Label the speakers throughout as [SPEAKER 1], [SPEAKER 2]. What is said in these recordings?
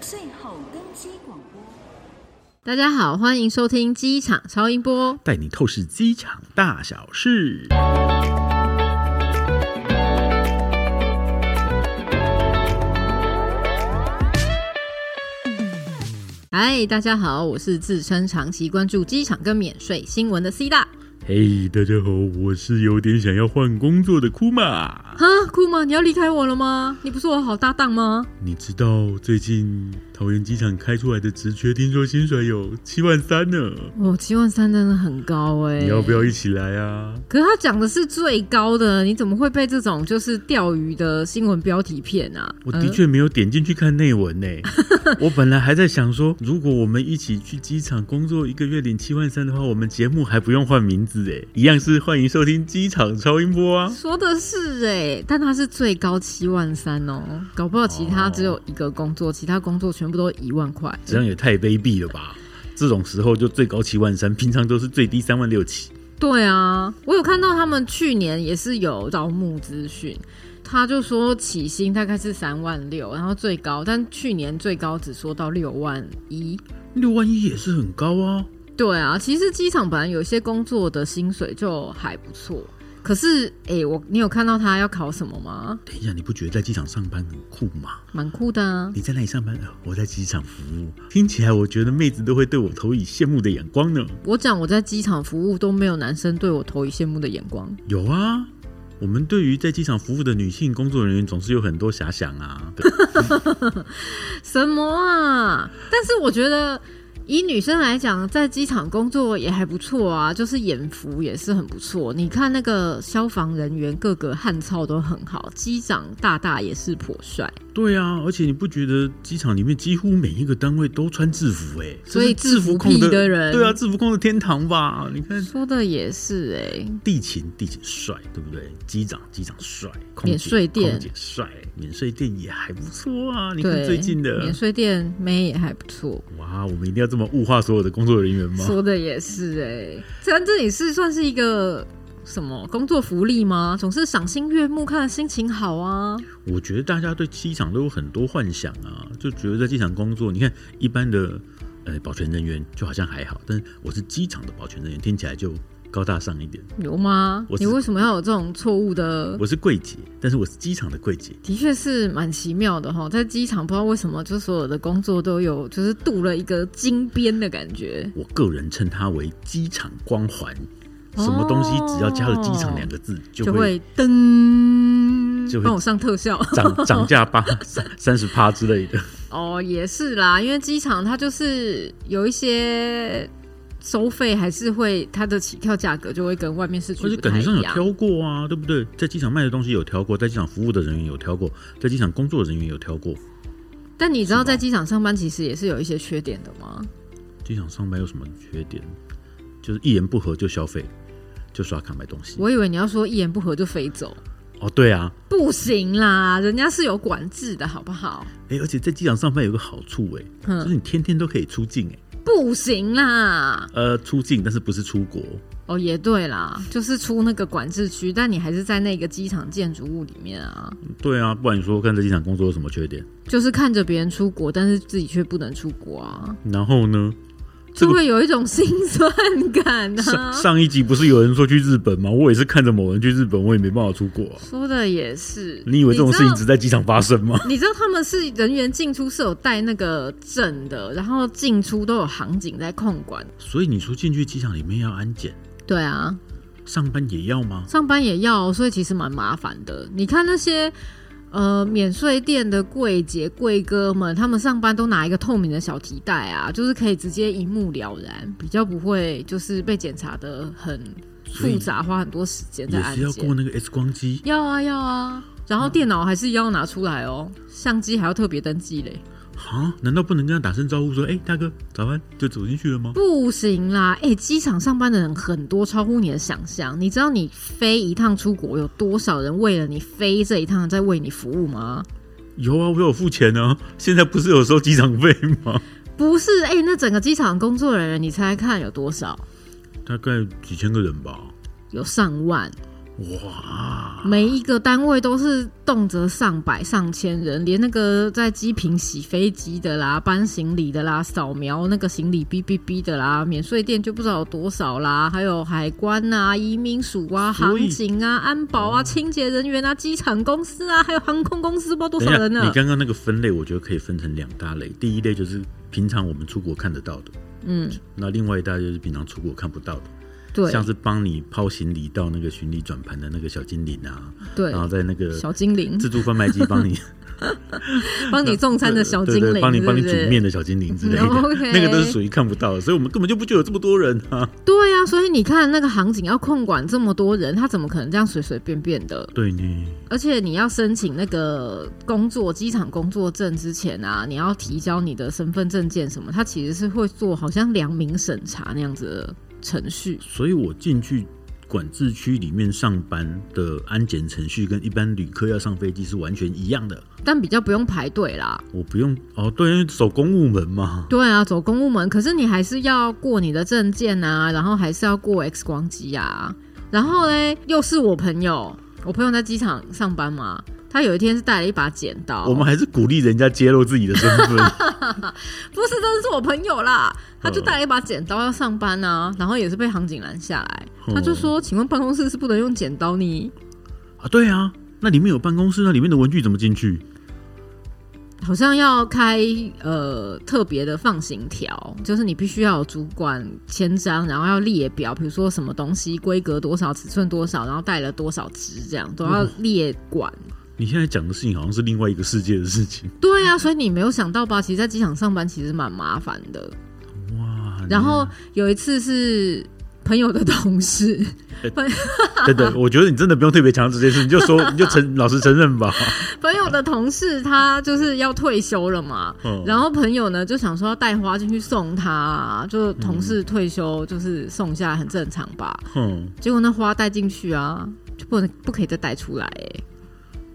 [SPEAKER 1] 最后登机广播。
[SPEAKER 2] 大家好，欢迎收听机场超音波。
[SPEAKER 3] 带你透视机场大小事。
[SPEAKER 2] 嗨，大家好，我是自称长期关注机场跟免税新闻的 C 大。
[SPEAKER 3] 嘿，大家好，我是有点想要换工作的库玛。
[SPEAKER 2] 哈，库玛，你要离开我了吗？你不是我好搭档吗？
[SPEAKER 3] 你知道最近桃园机场开出来的职缺，听说薪水有七万三呢，
[SPEAKER 2] 哦，七万三真的很高哎、
[SPEAKER 3] 你要不要一起来啊？
[SPEAKER 2] 可是他讲的是最高的，你怎么会被这种就是钓鱼的新闻标题骗啊？
[SPEAKER 3] 我的确没有点进去看内文呢、 我本来还在想说，如果我们一起去机场工作一个月领七万三的话，我们节目还不用换名字哎、一样是欢迎收听机场超音波啊
[SPEAKER 2] 呃、。说的是哎、但他是最高七万三哦，搞不好其他
[SPEAKER 3] 哦
[SPEAKER 2] 只有一个工作，其他工作全部都一万块。
[SPEAKER 3] 这样也太卑鄙了吧！这种时候就最高七万三，平常都是最低三万六起。
[SPEAKER 2] 对啊，我有看到他们去年也是有招募资讯，他就说起薪大概是三万六，然后最高，但去年最高只说到六万一。
[SPEAKER 3] 六万一也是很高啊。
[SPEAKER 2] 对啊，其实机场本来有一些工作的薪水就还不错，可是诶、我你有看到他要考什么吗？
[SPEAKER 3] 等一下，你不觉得在机场上班很酷吗？
[SPEAKER 2] 蛮酷的啊。
[SPEAKER 3] 你在哪里上班？呃我在机场服务。听起来我觉得妹子都会对我投以羡慕的眼光呢。
[SPEAKER 2] 我讲我在机场服务都没有男生对我投以羡慕的眼光。
[SPEAKER 3] 有啊，我们对于在机场服务的女性工作人员总是有很多遐想啊。 对
[SPEAKER 2] 什么啊？但是我觉得以女生来讲，在机场工作也还不错啊，就是眼福也是很不错。你看那个消防人员，各个汗操都很好，机长大大也是颇帅，
[SPEAKER 3] 对啊，而且你不觉得机场里面几乎每一个单位都穿制服哎、
[SPEAKER 2] 所以
[SPEAKER 3] 这是制服控
[SPEAKER 2] 制服癖的人
[SPEAKER 3] 对啊，制服控的天堂吧？你看
[SPEAKER 2] 说的也是哎、
[SPEAKER 3] 地勤地勤帅，对不对？机长机长帅，空
[SPEAKER 2] 免
[SPEAKER 3] 姐
[SPEAKER 2] 税店
[SPEAKER 3] 空姐帅，免税店也还不错啊。你看
[SPEAKER 2] 对，
[SPEAKER 3] 最近
[SPEAKER 2] 免
[SPEAKER 3] 的，
[SPEAKER 2] 税店妹也还不错。
[SPEAKER 3] 哇，我们一定要这么物化所有的工作人员吗？
[SPEAKER 2] 说的也是哎、虽然这里是算是一个什么工作福利吗？总是赏心悦目，看了心情好啊。
[SPEAKER 3] 我觉得大家对机场都有很多幻想啊，就觉得在机场工作，你看一般的呃保全人员就好像还好，但是我是机场的保全人员，听起来就高大上一点。
[SPEAKER 2] 有吗？
[SPEAKER 3] 我
[SPEAKER 2] 你
[SPEAKER 3] 是
[SPEAKER 2] 为什么要有这种错误的
[SPEAKER 3] 我是柜姐，但是我是机场的柜姐。
[SPEAKER 2] 的确是蛮奇妙的哈，在机场不知道为什么，就所有的工作都有就是镀了一个金边的感觉。
[SPEAKER 3] 我个人称它为机场光环，什么东西只要加了“机场”两个字，就
[SPEAKER 2] 哦就
[SPEAKER 3] 会
[SPEAKER 2] 会噔，
[SPEAKER 3] 就会
[SPEAKER 2] 帮我上特效
[SPEAKER 3] 涨涨价八三三十趴之类的。
[SPEAKER 2] 哦，也是啦，因为机场它就是有一些收费还是会它的起跳价格就会跟外面市区
[SPEAKER 3] 而且
[SPEAKER 2] 不
[SPEAKER 3] 感
[SPEAKER 2] 太
[SPEAKER 3] 觉上
[SPEAKER 2] 一
[SPEAKER 3] 有
[SPEAKER 2] 样。
[SPEAKER 3] 挑过啊，对不对？在机场卖的东西有挑过，在机场服务的人员有挑过，在机场工作的人员有挑过。
[SPEAKER 2] 但你知
[SPEAKER 3] 是
[SPEAKER 2] 道
[SPEAKER 3] 吗
[SPEAKER 2] 在机场上班其实也是有一些缺点的吗？
[SPEAKER 3] 机场上班有什么缺点？就是一言不合就消费，就刷卡买东西。
[SPEAKER 2] 我以为你要说一言不合就飞走，
[SPEAKER 3] 哦，对啊，
[SPEAKER 2] 不行啦，人家是有管制的好不好？
[SPEAKER 3] 哎，而且在机场上班有个好处哎、
[SPEAKER 2] 嗯
[SPEAKER 3] 就是你天天都可以出境哎、
[SPEAKER 2] 不行啦，
[SPEAKER 3] 呃，出境但是不是出国，
[SPEAKER 2] 哦，也对啦，就是出那个管制区，但你还是在那个机场建筑物里面啊，
[SPEAKER 3] 对啊，不然你说看在机场工作有什么缺点？
[SPEAKER 2] 就是看着别人出国，但是自己却不能出国啊，
[SPEAKER 3] 然后呢？这
[SPEAKER 2] 就
[SPEAKER 3] 个
[SPEAKER 2] 会有一种心酸感
[SPEAKER 3] 上
[SPEAKER 2] 啊。
[SPEAKER 3] 上一集不是有人说去日本吗？我也是看着某人去日本，我也没办法出国啊、
[SPEAKER 2] 说的也是，
[SPEAKER 3] 你以为这种事情
[SPEAKER 2] 知
[SPEAKER 3] 只
[SPEAKER 2] 道？
[SPEAKER 3] 在机场发生吗？
[SPEAKER 2] 你知道他们是人员进出是有带那个证的，然后进出都有航警在控管。
[SPEAKER 3] 所以你说进去机场里面要安检，
[SPEAKER 2] 对啊，
[SPEAKER 3] 上班也要吗？
[SPEAKER 2] 上班也要，所以其实蛮麻烦的。你看那些呃免税店的柜姐、柜哥们，他们上班都拿一个透明的小提袋啊，就是可以直接一目了然，比较不会就是被检查的很复杂，花很多时间在
[SPEAKER 3] 也
[SPEAKER 2] 安
[SPEAKER 3] 是要过
[SPEAKER 2] 检。
[SPEAKER 3] 那个 X 光机，
[SPEAKER 2] 要啊要啊，然后电脑还是要拿出来哦，相机还要特别登记嘞。
[SPEAKER 3] 啊？难道不能跟他打声招呼说：“哎、大哥，早安？”就走进去了吗？
[SPEAKER 2] 不行啦，哎、机场上班的人很多，超乎你的想象。你知道你飞一趟出国，有多少人为了你飞这一趟在为你服务吗？
[SPEAKER 3] 有啊，我有付钱啊。现在不是有收机场费 吗？
[SPEAKER 2] 不是，哎、那整个机场工作人员，你猜猜看有多少？
[SPEAKER 3] 大概几千个人吧。
[SPEAKER 2] 有上万，
[SPEAKER 3] 哇，
[SPEAKER 2] 每一个单位都是动辄上百上千人，连那个在机坪洗飞机的啦、搬行李的啦、扫描那个行李哔哔哔的啦、免税店就不知道有多少啦，还有海关啊、移民署啊、
[SPEAKER 3] 所以
[SPEAKER 2] 航警啊、安保啊、清洁人员啊、机场公司啊，还有航空公司，不知道多
[SPEAKER 3] 等一
[SPEAKER 2] 少
[SPEAKER 3] 下，
[SPEAKER 2] 人啊呢
[SPEAKER 3] 你、刚刚那个分类，我觉得可以分成两大类。第一类就是平常我们出国看得到的，
[SPEAKER 2] 嗯，
[SPEAKER 3] 那另外一大类就是平常出国看不到的，
[SPEAKER 2] 对
[SPEAKER 3] 像是帮你抛行李到那个行李转盘的那个小精灵啊，
[SPEAKER 2] 对
[SPEAKER 3] 然，后在那个
[SPEAKER 2] 小精灵
[SPEAKER 3] 自助贩卖机 帮你
[SPEAKER 2] 帮你送餐的小精
[SPEAKER 3] 对对
[SPEAKER 2] 灵，
[SPEAKER 3] 对帮你帮你
[SPEAKER 2] 是
[SPEAKER 3] 煮
[SPEAKER 2] 不是
[SPEAKER 3] 面的小精灵之类的，
[SPEAKER 2] 嗯，OK
[SPEAKER 3] 那个都是属于看不到的，所以我们根本就不觉得有这么多人 啊。
[SPEAKER 2] 对呀、所以你看那个航警要控管这么多人，他怎么可能这样随随便便的？
[SPEAKER 3] 对呢，
[SPEAKER 2] 而且你要申请那个工作机场工作证之前啊，你要提交你的身份证件什么，他其实是会做好像良民审查那样子的程序。
[SPEAKER 3] 所以我进去管制区里面上班的安检程序跟一般旅客要上飞机是完全一样的，
[SPEAKER 2] 但比较不用排队啦。
[SPEAKER 3] 我不用哦，对，因为走公务门嘛。
[SPEAKER 2] 对啊，走公务门，可是你还是要过你的证件啊，然后还是要过 X 光机啊。然后嘞，又是我朋友，我朋友在机场上班嘛，他有一天是带了一把剪刀，
[SPEAKER 3] 我们还是鼓励人家揭露自己的身份， 啊
[SPEAKER 2] 不是，真的是我朋友啦，他就
[SPEAKER 3] 嗯
[SPEAKER 2] 带了一把剪刀要上班啊，然后也是被航警拦下来，
[SPEAKER 3] 嗯
[SPEAKER 2] 他就说：“请问办公室是不能用剪刀呢
[SPEAKER 3] 啊，对啊，那里面有办公室，那里面的文具怎么进去？？”
[SPEAKER 2] 好像要开呃特别的放行条，就是你必须要有主管签章，然后要列表，比如说什么东西规格多少、尺寸多少，然后带了多少只，这样都要列管。
[SPEAKER 3] 你现在讲的事情好像是另外一个世界的事情
[SPEAKER 2] 对啊，所以你没有想到吧？其实，在机场上班其实蛮麻烦的。
[SPEAKER 3] 哇！
[SPEAKER 2] 然后有一次是朋友的同事，
[SPEAKER 3] 你真的，我觉得你真的不用特别强调这件事，你就说你就承老实承 认吧。
[SPEAKER 2] 朋友的同事他就是要退休了嘛，
[SPEAKER 3] 嗯
[SPEAKER 2] 然后朋友呢就想说要带花进去送他啊，就同事退休就是送一下很正常吧。
[SPEAKER 3] 哼，
[SPEAKER 2] 结果那花带进去啊，就不能不可以再带出来、欸，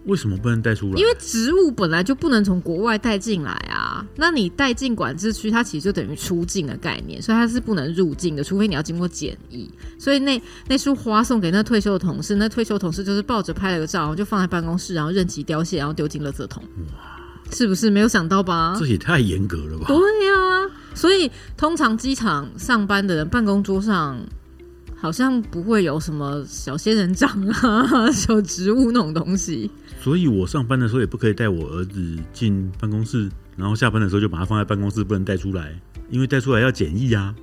[SPEAKER 3] 为什么不能带出来
[SPEAKER 2] 因？为植物本来就不能从国外带进来啊。那你带进管制区，它其实就等于出境的概念，所以它是不能入境的，除非你要经过检疫。所以那那束花送给那退休的同事，那退休同事就是抱着拍了个照，然后就放在办公室，然后任其凋谢，然后丢进垃圾桶。是不是没有想到吧？
[SPEAKER 3] 这也太严格了吧？
[SPEAKER 2] 对呀、所以通常机场上班的人办公桌上好像不会有什么小仙人掌啊、 小植物那种东西。
[SPEAKER 3] 所以我上班的时候也不可以带我儿子进办公室，然后下班的时候就把他放在办公室，不能带出来，因为带出来要检疫啊。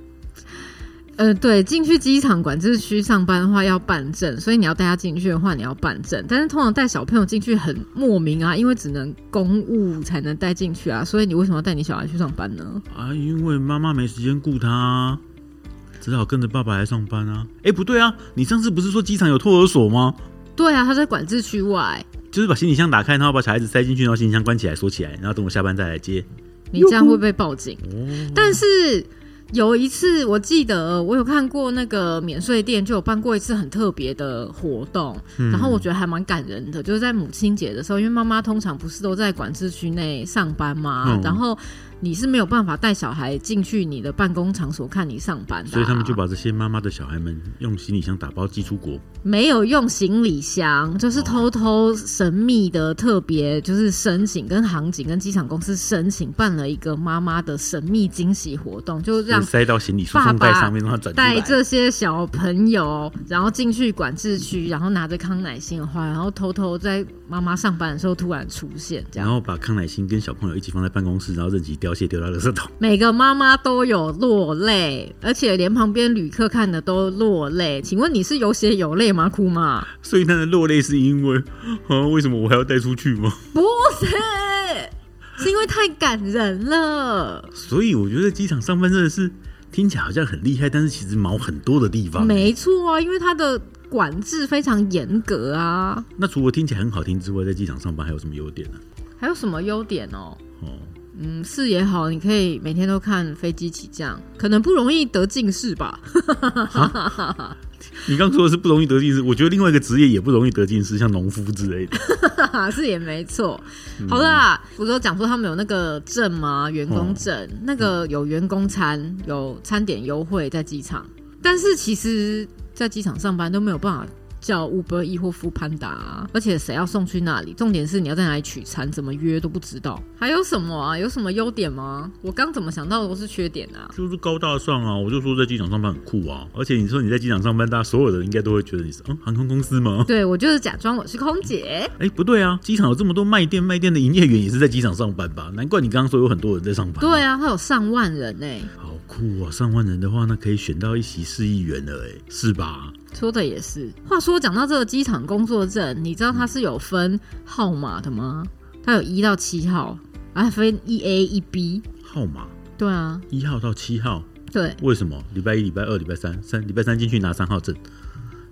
[SPEAKER 2] 呃，对，进去机场管制区上班的话要办证，所以你要带他进去的话，你要办证。但是通常带小朋友进去很莫名啊，因为只能公务才能带进去啊，所以你为什么要带你小孩去上班呢？
[SPEAKER 3] 啊，因为妈妈没时间顾他，啊只好跟着爸爸来上班啊。哎，不对啊，你上次不是说机场有托儿所吗？
[SPEAKER 2] 对啊，他在管制区外，
[SPEAKER 3] 就是把行李箱打开，然后把小孩子塞进去，然后行李箱关起来锁起来，然后等我下班再来接。
[SPEAKER 2] 你这样会被报警。
[SPEAKER 3] 哦，
[SPEAKER 2] 但是有一次，我记得我有看过那个免税店，就有办过一次很特别的活动，然后我觉得还蛮感人的，就是在母亲节的时候，因为妈妈通常不是都在管制区内上班嘛，
[SPEAKER 3] 嗯
[SPEAKER 2] 然后你是没有办法带小孩进去你的办公场所看你上班的啊、
[SPEAKER 3] 所以他们就把这些妈妈的小孩们用行李箱打包寄出国。
[SPEAKER 2] 没有用行李箱，就是偷偷神秘的特别，就是申请跟航警跟机场公司申请办了一个妈妈的神秘惊喜活动，就
[SPEAKER 3] 就
[SPEAKER 2] 让
[SPEAKER 3] 是塞到行李输
[SPEAKER 2] 爸
[SPEAKER 3] 送带
[SPEAKER 2] 爸
[SPEAKER 3] 上面，让它转出
[SPEAKER 2] 带
[SPEAKER 3] 来。
[SPEAKER 2] 这些小朋友，然后进去管制区，然后拿着康乃馨的花，然后偷偷在妈妈上班的时候突然出现，这
[SPEAKER 3] 然
[SPEAKER 2] 样
[SPEAKER 3] 后把康乃馨跟小朋友一起放在办公室，然后任其凋谢，丢到垃圾桶。
[SPEAKER 2] 每个妈妈都有落泪，而且连旁边旅客看的都落泪。请问你是有血有泪吗，哭吗？
[SPEAKER 3] 所以他的落泪是因为啊，为什么我还要带出去 吗？
[SPEAKER 2] 不是，是因为太感人了。
[SPEAKER 3] 所以我觉得机场上班真的是听起来好像很厉害，但是其实毛很多的地方。
[SPEAKER 2] 没错啊，因为它的管制非常严格啊。
[SPEAKER 3] 那除了听起来很好听之外，在机场上班还有什么优点呢、
[SPEAKER 2] 还有什么优点哦？
[SPEAKER 3] 哦，
[SPEAKER 2] 嗯，视野好，你可以每天都看飞机起降，可能不容易得近视吧。
[SPEAKER 3] 你刚说的是不容易得近视，我觉得另外一个职业也不容易得近视，像农夫之类的。
[SPEAKER 2] 啊是也没错。好啦，我都讲说他们有那个证吗？员工证，那个有员工餐，有餐点优惠在机场，但是其实在机场上班都没有办法叫 Uber E 或 f o o Panda，、啊、而且谁要送去那里？重点是你要在哪里取餐，怎么约都不知道。还有什么啊？有什么优点吗？我刚怎么想到的都是缺点啊？
[SPEAKER 3] 就是高大上啊！我就说在机场上班很酷啊！而且你说你在机场上班，大家所有人应该都会觉得你是嗯航空公司吗？
[SPEAKER 2] 对我就是假装我是空姐，
[SPEAKER 3] 哎，不对啊！机场有这么多卖店，卖店的营业员也是在机场上班吧？难怪你刚刚说有很多人在上班。
[SPEAKER 2] 对，啊，他有上万人欸呢、
[SPEAKER 3] 好酷啊！上万人的话，那可以选到一席市议员了，哎，是吧？
[SPEAKER 2] 说的也是。话说，讲到这个机场工作证，你知道它是有分号码的吗？它有一到七号，还分一 A 一 B。
[SPEAKER 3] 号码
[SPEAKER 2] 对啊，
[SPEAKER 3] 一号到七号，
[SPEAKER 2] 对，
[SPEAKER 3] 为什么？礼拜一、礼拜二、礼拜三，三礼拜三进去拿三号证，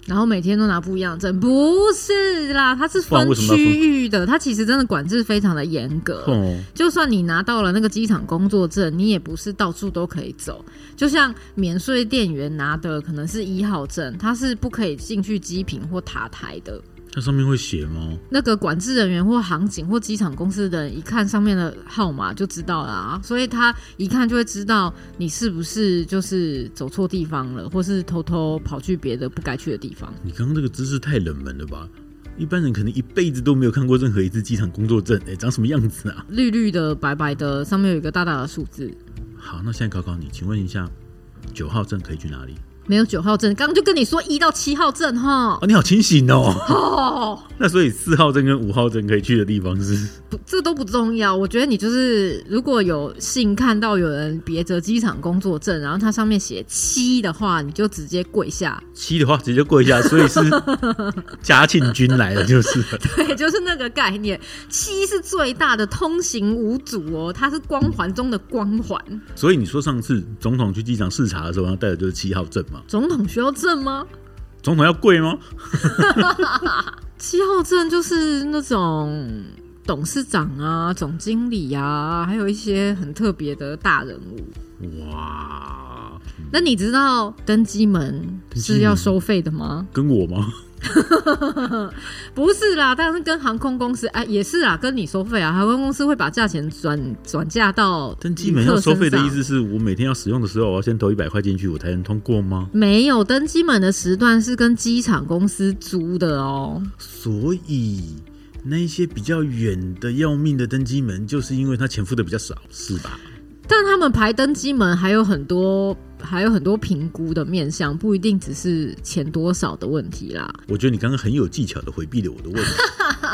[SPEAKER 2] 然后每天都拿不一样的证，不是啦，它是
[SPEAKER 3] 不然
[SPEAKER 2] 分
[SPEAKER 3] 为什么要分
[SPEAKER 2] 区域的，它其实真的管制非常的严格。
[SPEAKER 3] 哦，
[SPEAKER 2] 就算你拿到了那个机场工作证，你也不是到处都可以走。就像免税店员拿的可能是一号证，他是不可以进去机坪或塔台的。
[SPEAKER 3] 它上面会写吗？
[SPEAKER 2] 那个管制人员或航警或机场公司的人一看上面的号码就知道啦、所以他一看就会知道你是不是就是走错地方了，或是偷偷跑去别的不该去的地方。
[SPEAKER 3] 你刚刚这个知识太冷门了吧？一般人可能一辈子都没有看过任何一次机场工作证，哎，长什么样子啊？
[SPEAKER 2] 绿绿的、白白的，上面有一个大大的数字，
[SPEAKER 3] 好，那现在考考你，请问一下，九号证可以去哪里？
[SPEAKER 2] 没有九号证。刚刚就跟你说一到七号证哈，
[SPEAKER 3] 哦，你好清醒哦。
[SPEAKER 2] 哦，
[SPEAKER 3] 那所以四号证跟五号证可以去的地方是
[SPEAKER 2] 不，这都不重要。我觉得你就是如果有幸看到有人别着机场工作证，然后它上面写七的话，你就直接跪下，
[SPEAKER 3] 七的话，直接过一下，所 以是嘉庆君来了就是了。
[SPEAKER 2] 对， 就是那个概念。七是最大的通行无阻哦，它是光环中的光环。
[SPEAKER 3] 所以你说上次总统去机场视察的时候，他带的就是七号证嘛？
[SPEAKER 2] 总统需要证吗？
[SPEAKER 3] 总统要跪吗？
[SPEAKER 2] 七号证就是那种董事长啊、总经理啊，还有一些很特别的大人物。
[SPEAKER 3] 哇，
[SPEAKER 2] 那你知道登机门
[SPEAKER 3] 机门
[SPEAKER 2] 是要收费的吗？
[SPEAKER 3] 跟我吗？
[SPEAKER 2] 不是啦，但是跟航空公司哎、也是啦，跟你收费啊。航空公司会把价钱转转嫁到
[SPEAKER 3] 登机门
[SPEAKER 2] 旅客
[SPEAKER 3] 要收费的
[SPEAKER 2] 身上
[SPEAKER 3] 意思是我每天要使用的时候，我要先投一百块进去，我才能通过吗？
[SPEAKER 2] 没有登机门的时段是跟机场公司租的哦。
[SPEAKER 3] 所以那一些比较远的要命的登机门，就是因为他钱付的比较少，是吧？
[SPEAKER 2] 但他们排登机门还有很多，还有很多评估的面向，不一定只是钱多少的问题啦。
[SPEAKER 3] 我觉得你刚刚很有技巧的回避了我的问题。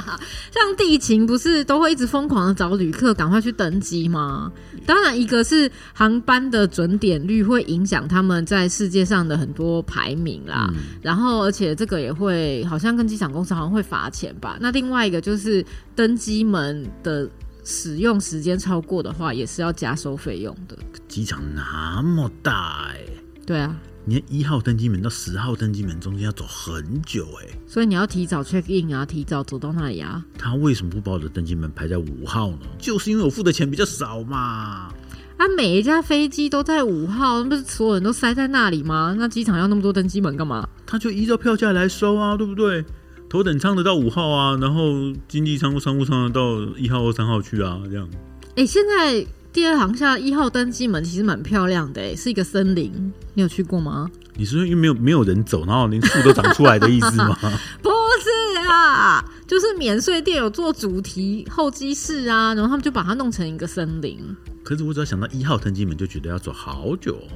[SPEAKER 2] 像地勤不是都会一直疯狂的找旅客赶快去登机吗？当然，一个是航班的准点率会影响他们在世界上的很多排名啦，然后而且这个也会好像跟机场公司好像会罚钱吧。那另外一个就是登机门的使用时间超过的话，也是要加收费用的。
[SPEAKER 3] 机场那么大哎、
[SPEAKER 2] 对啊，
[SPEAKER 3] 你看一号登机门到十号登机门中间要走很久哎、
[SPEAKER 2] 所以你要提早 check in 啊，提早走到那里啊。
[SPEAKER 3] 他为什么不把我的登机门排在五号呢？就是因为我付的钱比较少嘛。
[SPEAKER 2] 啊，每一架飞机都在五号，那不是所有人都塞在那里吗？那机场要那么多登机门干嘛？
[SPEAKER 3] 他就依照票价来收啊，对不对？头等舱的到五号啊，然后经济舱或商务舱的到一号或三号去啊，这样。
[SPEAKER 2] 哎、现在第二航厦一号登机门其实蛮漂亮的、诶是一个森林，你有去过吗？
[SPEAKER 3] 你是因为没有没有人走，然后连树都长出来的意思吗？
[SPEAKER 2] 不是啊，就是免税店有做主题候机室啊，然后他们就把它弄成一个森林，
[SPEAKER 3] 可是我只要想到一号登机门，就觉得要走好久哦。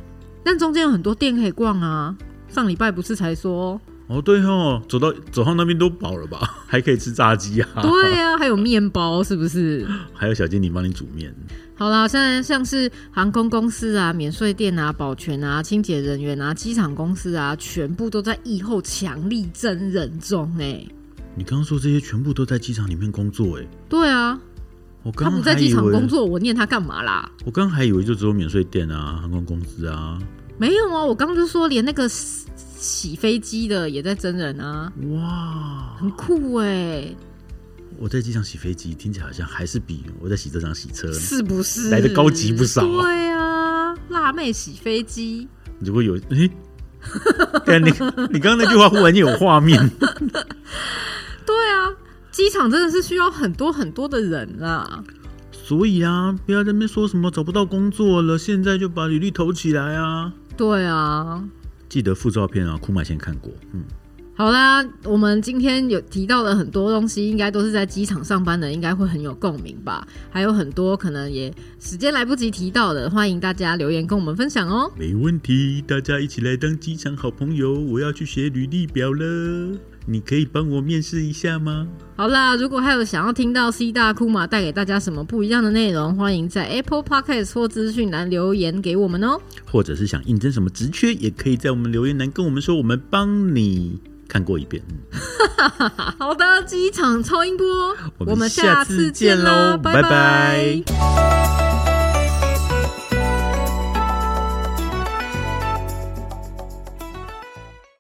[SPEAKER 2] 但中间有很多店可以逛啊。上礼拜不是才说，
[SPEAKER 3] 哦，对哦，走到走到那边都饱了吧？ 还可以吃炸鸡啊，
[SPEAKER 2] 对啊，还有面包，是不是？
[SPEAKER 3] 还有小精灵帮你煮面。
[SPEAKER 2] 好啦，现在像是航空公司啊、免税店啊、保全啊、清洁人员啊、机场公司啊，全部都在疫后强力征人中哎、
[SPEAKER 3] 你刚刚说这些全部都在机场里面工作，哎，
[SPEAKER 2] 对啊，
[SPEAKER 3] 我刚
[SPEAKER 2] 他不
[SPEAKER 3] 刚
[SPEAKER 2] 在
[SPEAKER 3] 还以
[SPEAKER 2] 机场
[SPEAKER 3] 为
[SPEAKER 2] 工作，我念他干嘛啦？
[SPEAKER 3] 我刚刚还以为就只有免税店啊、航空公司啊。
[SPEAKER 2] 没有啊，我刚刚就说连那个洗洗飞机的也在真人啊，
[SPEAKER 3] 哇，
[SPEAKER 2] 很酷哎、
[SPEAKER 3] 我在机场洗飞机，听起来好像还是比我在洗车场洗车
[SPEAKER 2] 是不是？
[SPEAKER 3] 来得高级不少啊
[SPEAKER 2] 对啊，辣妹洗飞机，
[SPEAKER 3] 如果有诶， 但你你刚刚那句话忽然间有画面，
[SPEAKER 2] 对啊，机场真的是需要很多很多的人啊。
[SPEAKER 3] 所以啊，不要在那边说什么找不到工作了，现在就把履历投起来啊！
[SPEAKER 2] 对啊，
[SPEAKER 3] 记得附照片啊，库麦先看过，嗯，
[SPEAKER 2] 好啦，我们今天有提到的很多东西，应该都是在机场上班的，应该会很有共鸣吧？还有很多可能也时间来不及提到的，欢迎大家留言跟我们分享哦。
[SPEAKER 3] 没问题，大家一起来当机场好朋友。我要去写履历表了，你可以帮我面试一下吗？
[SPEAKER 2] 好啦，如果还有想要听到 C 大库玛带给大家什么不一样的内容，欢迎在 Apple Podcast 或资讯栏留言给我们哦。
[SPEAKER 3] 或者是想应征什么职缺，也可以在我们留言栏跟我们说，我们帮你看过一遍。嗯
[SPEAKER 2] 好的，机场超音波，
[SPEAKER 3] 我们下次见喽，
[SPEAKER 2] 拜
[SPEAKER 3] 拜拜
[SPEAKER 2] 拜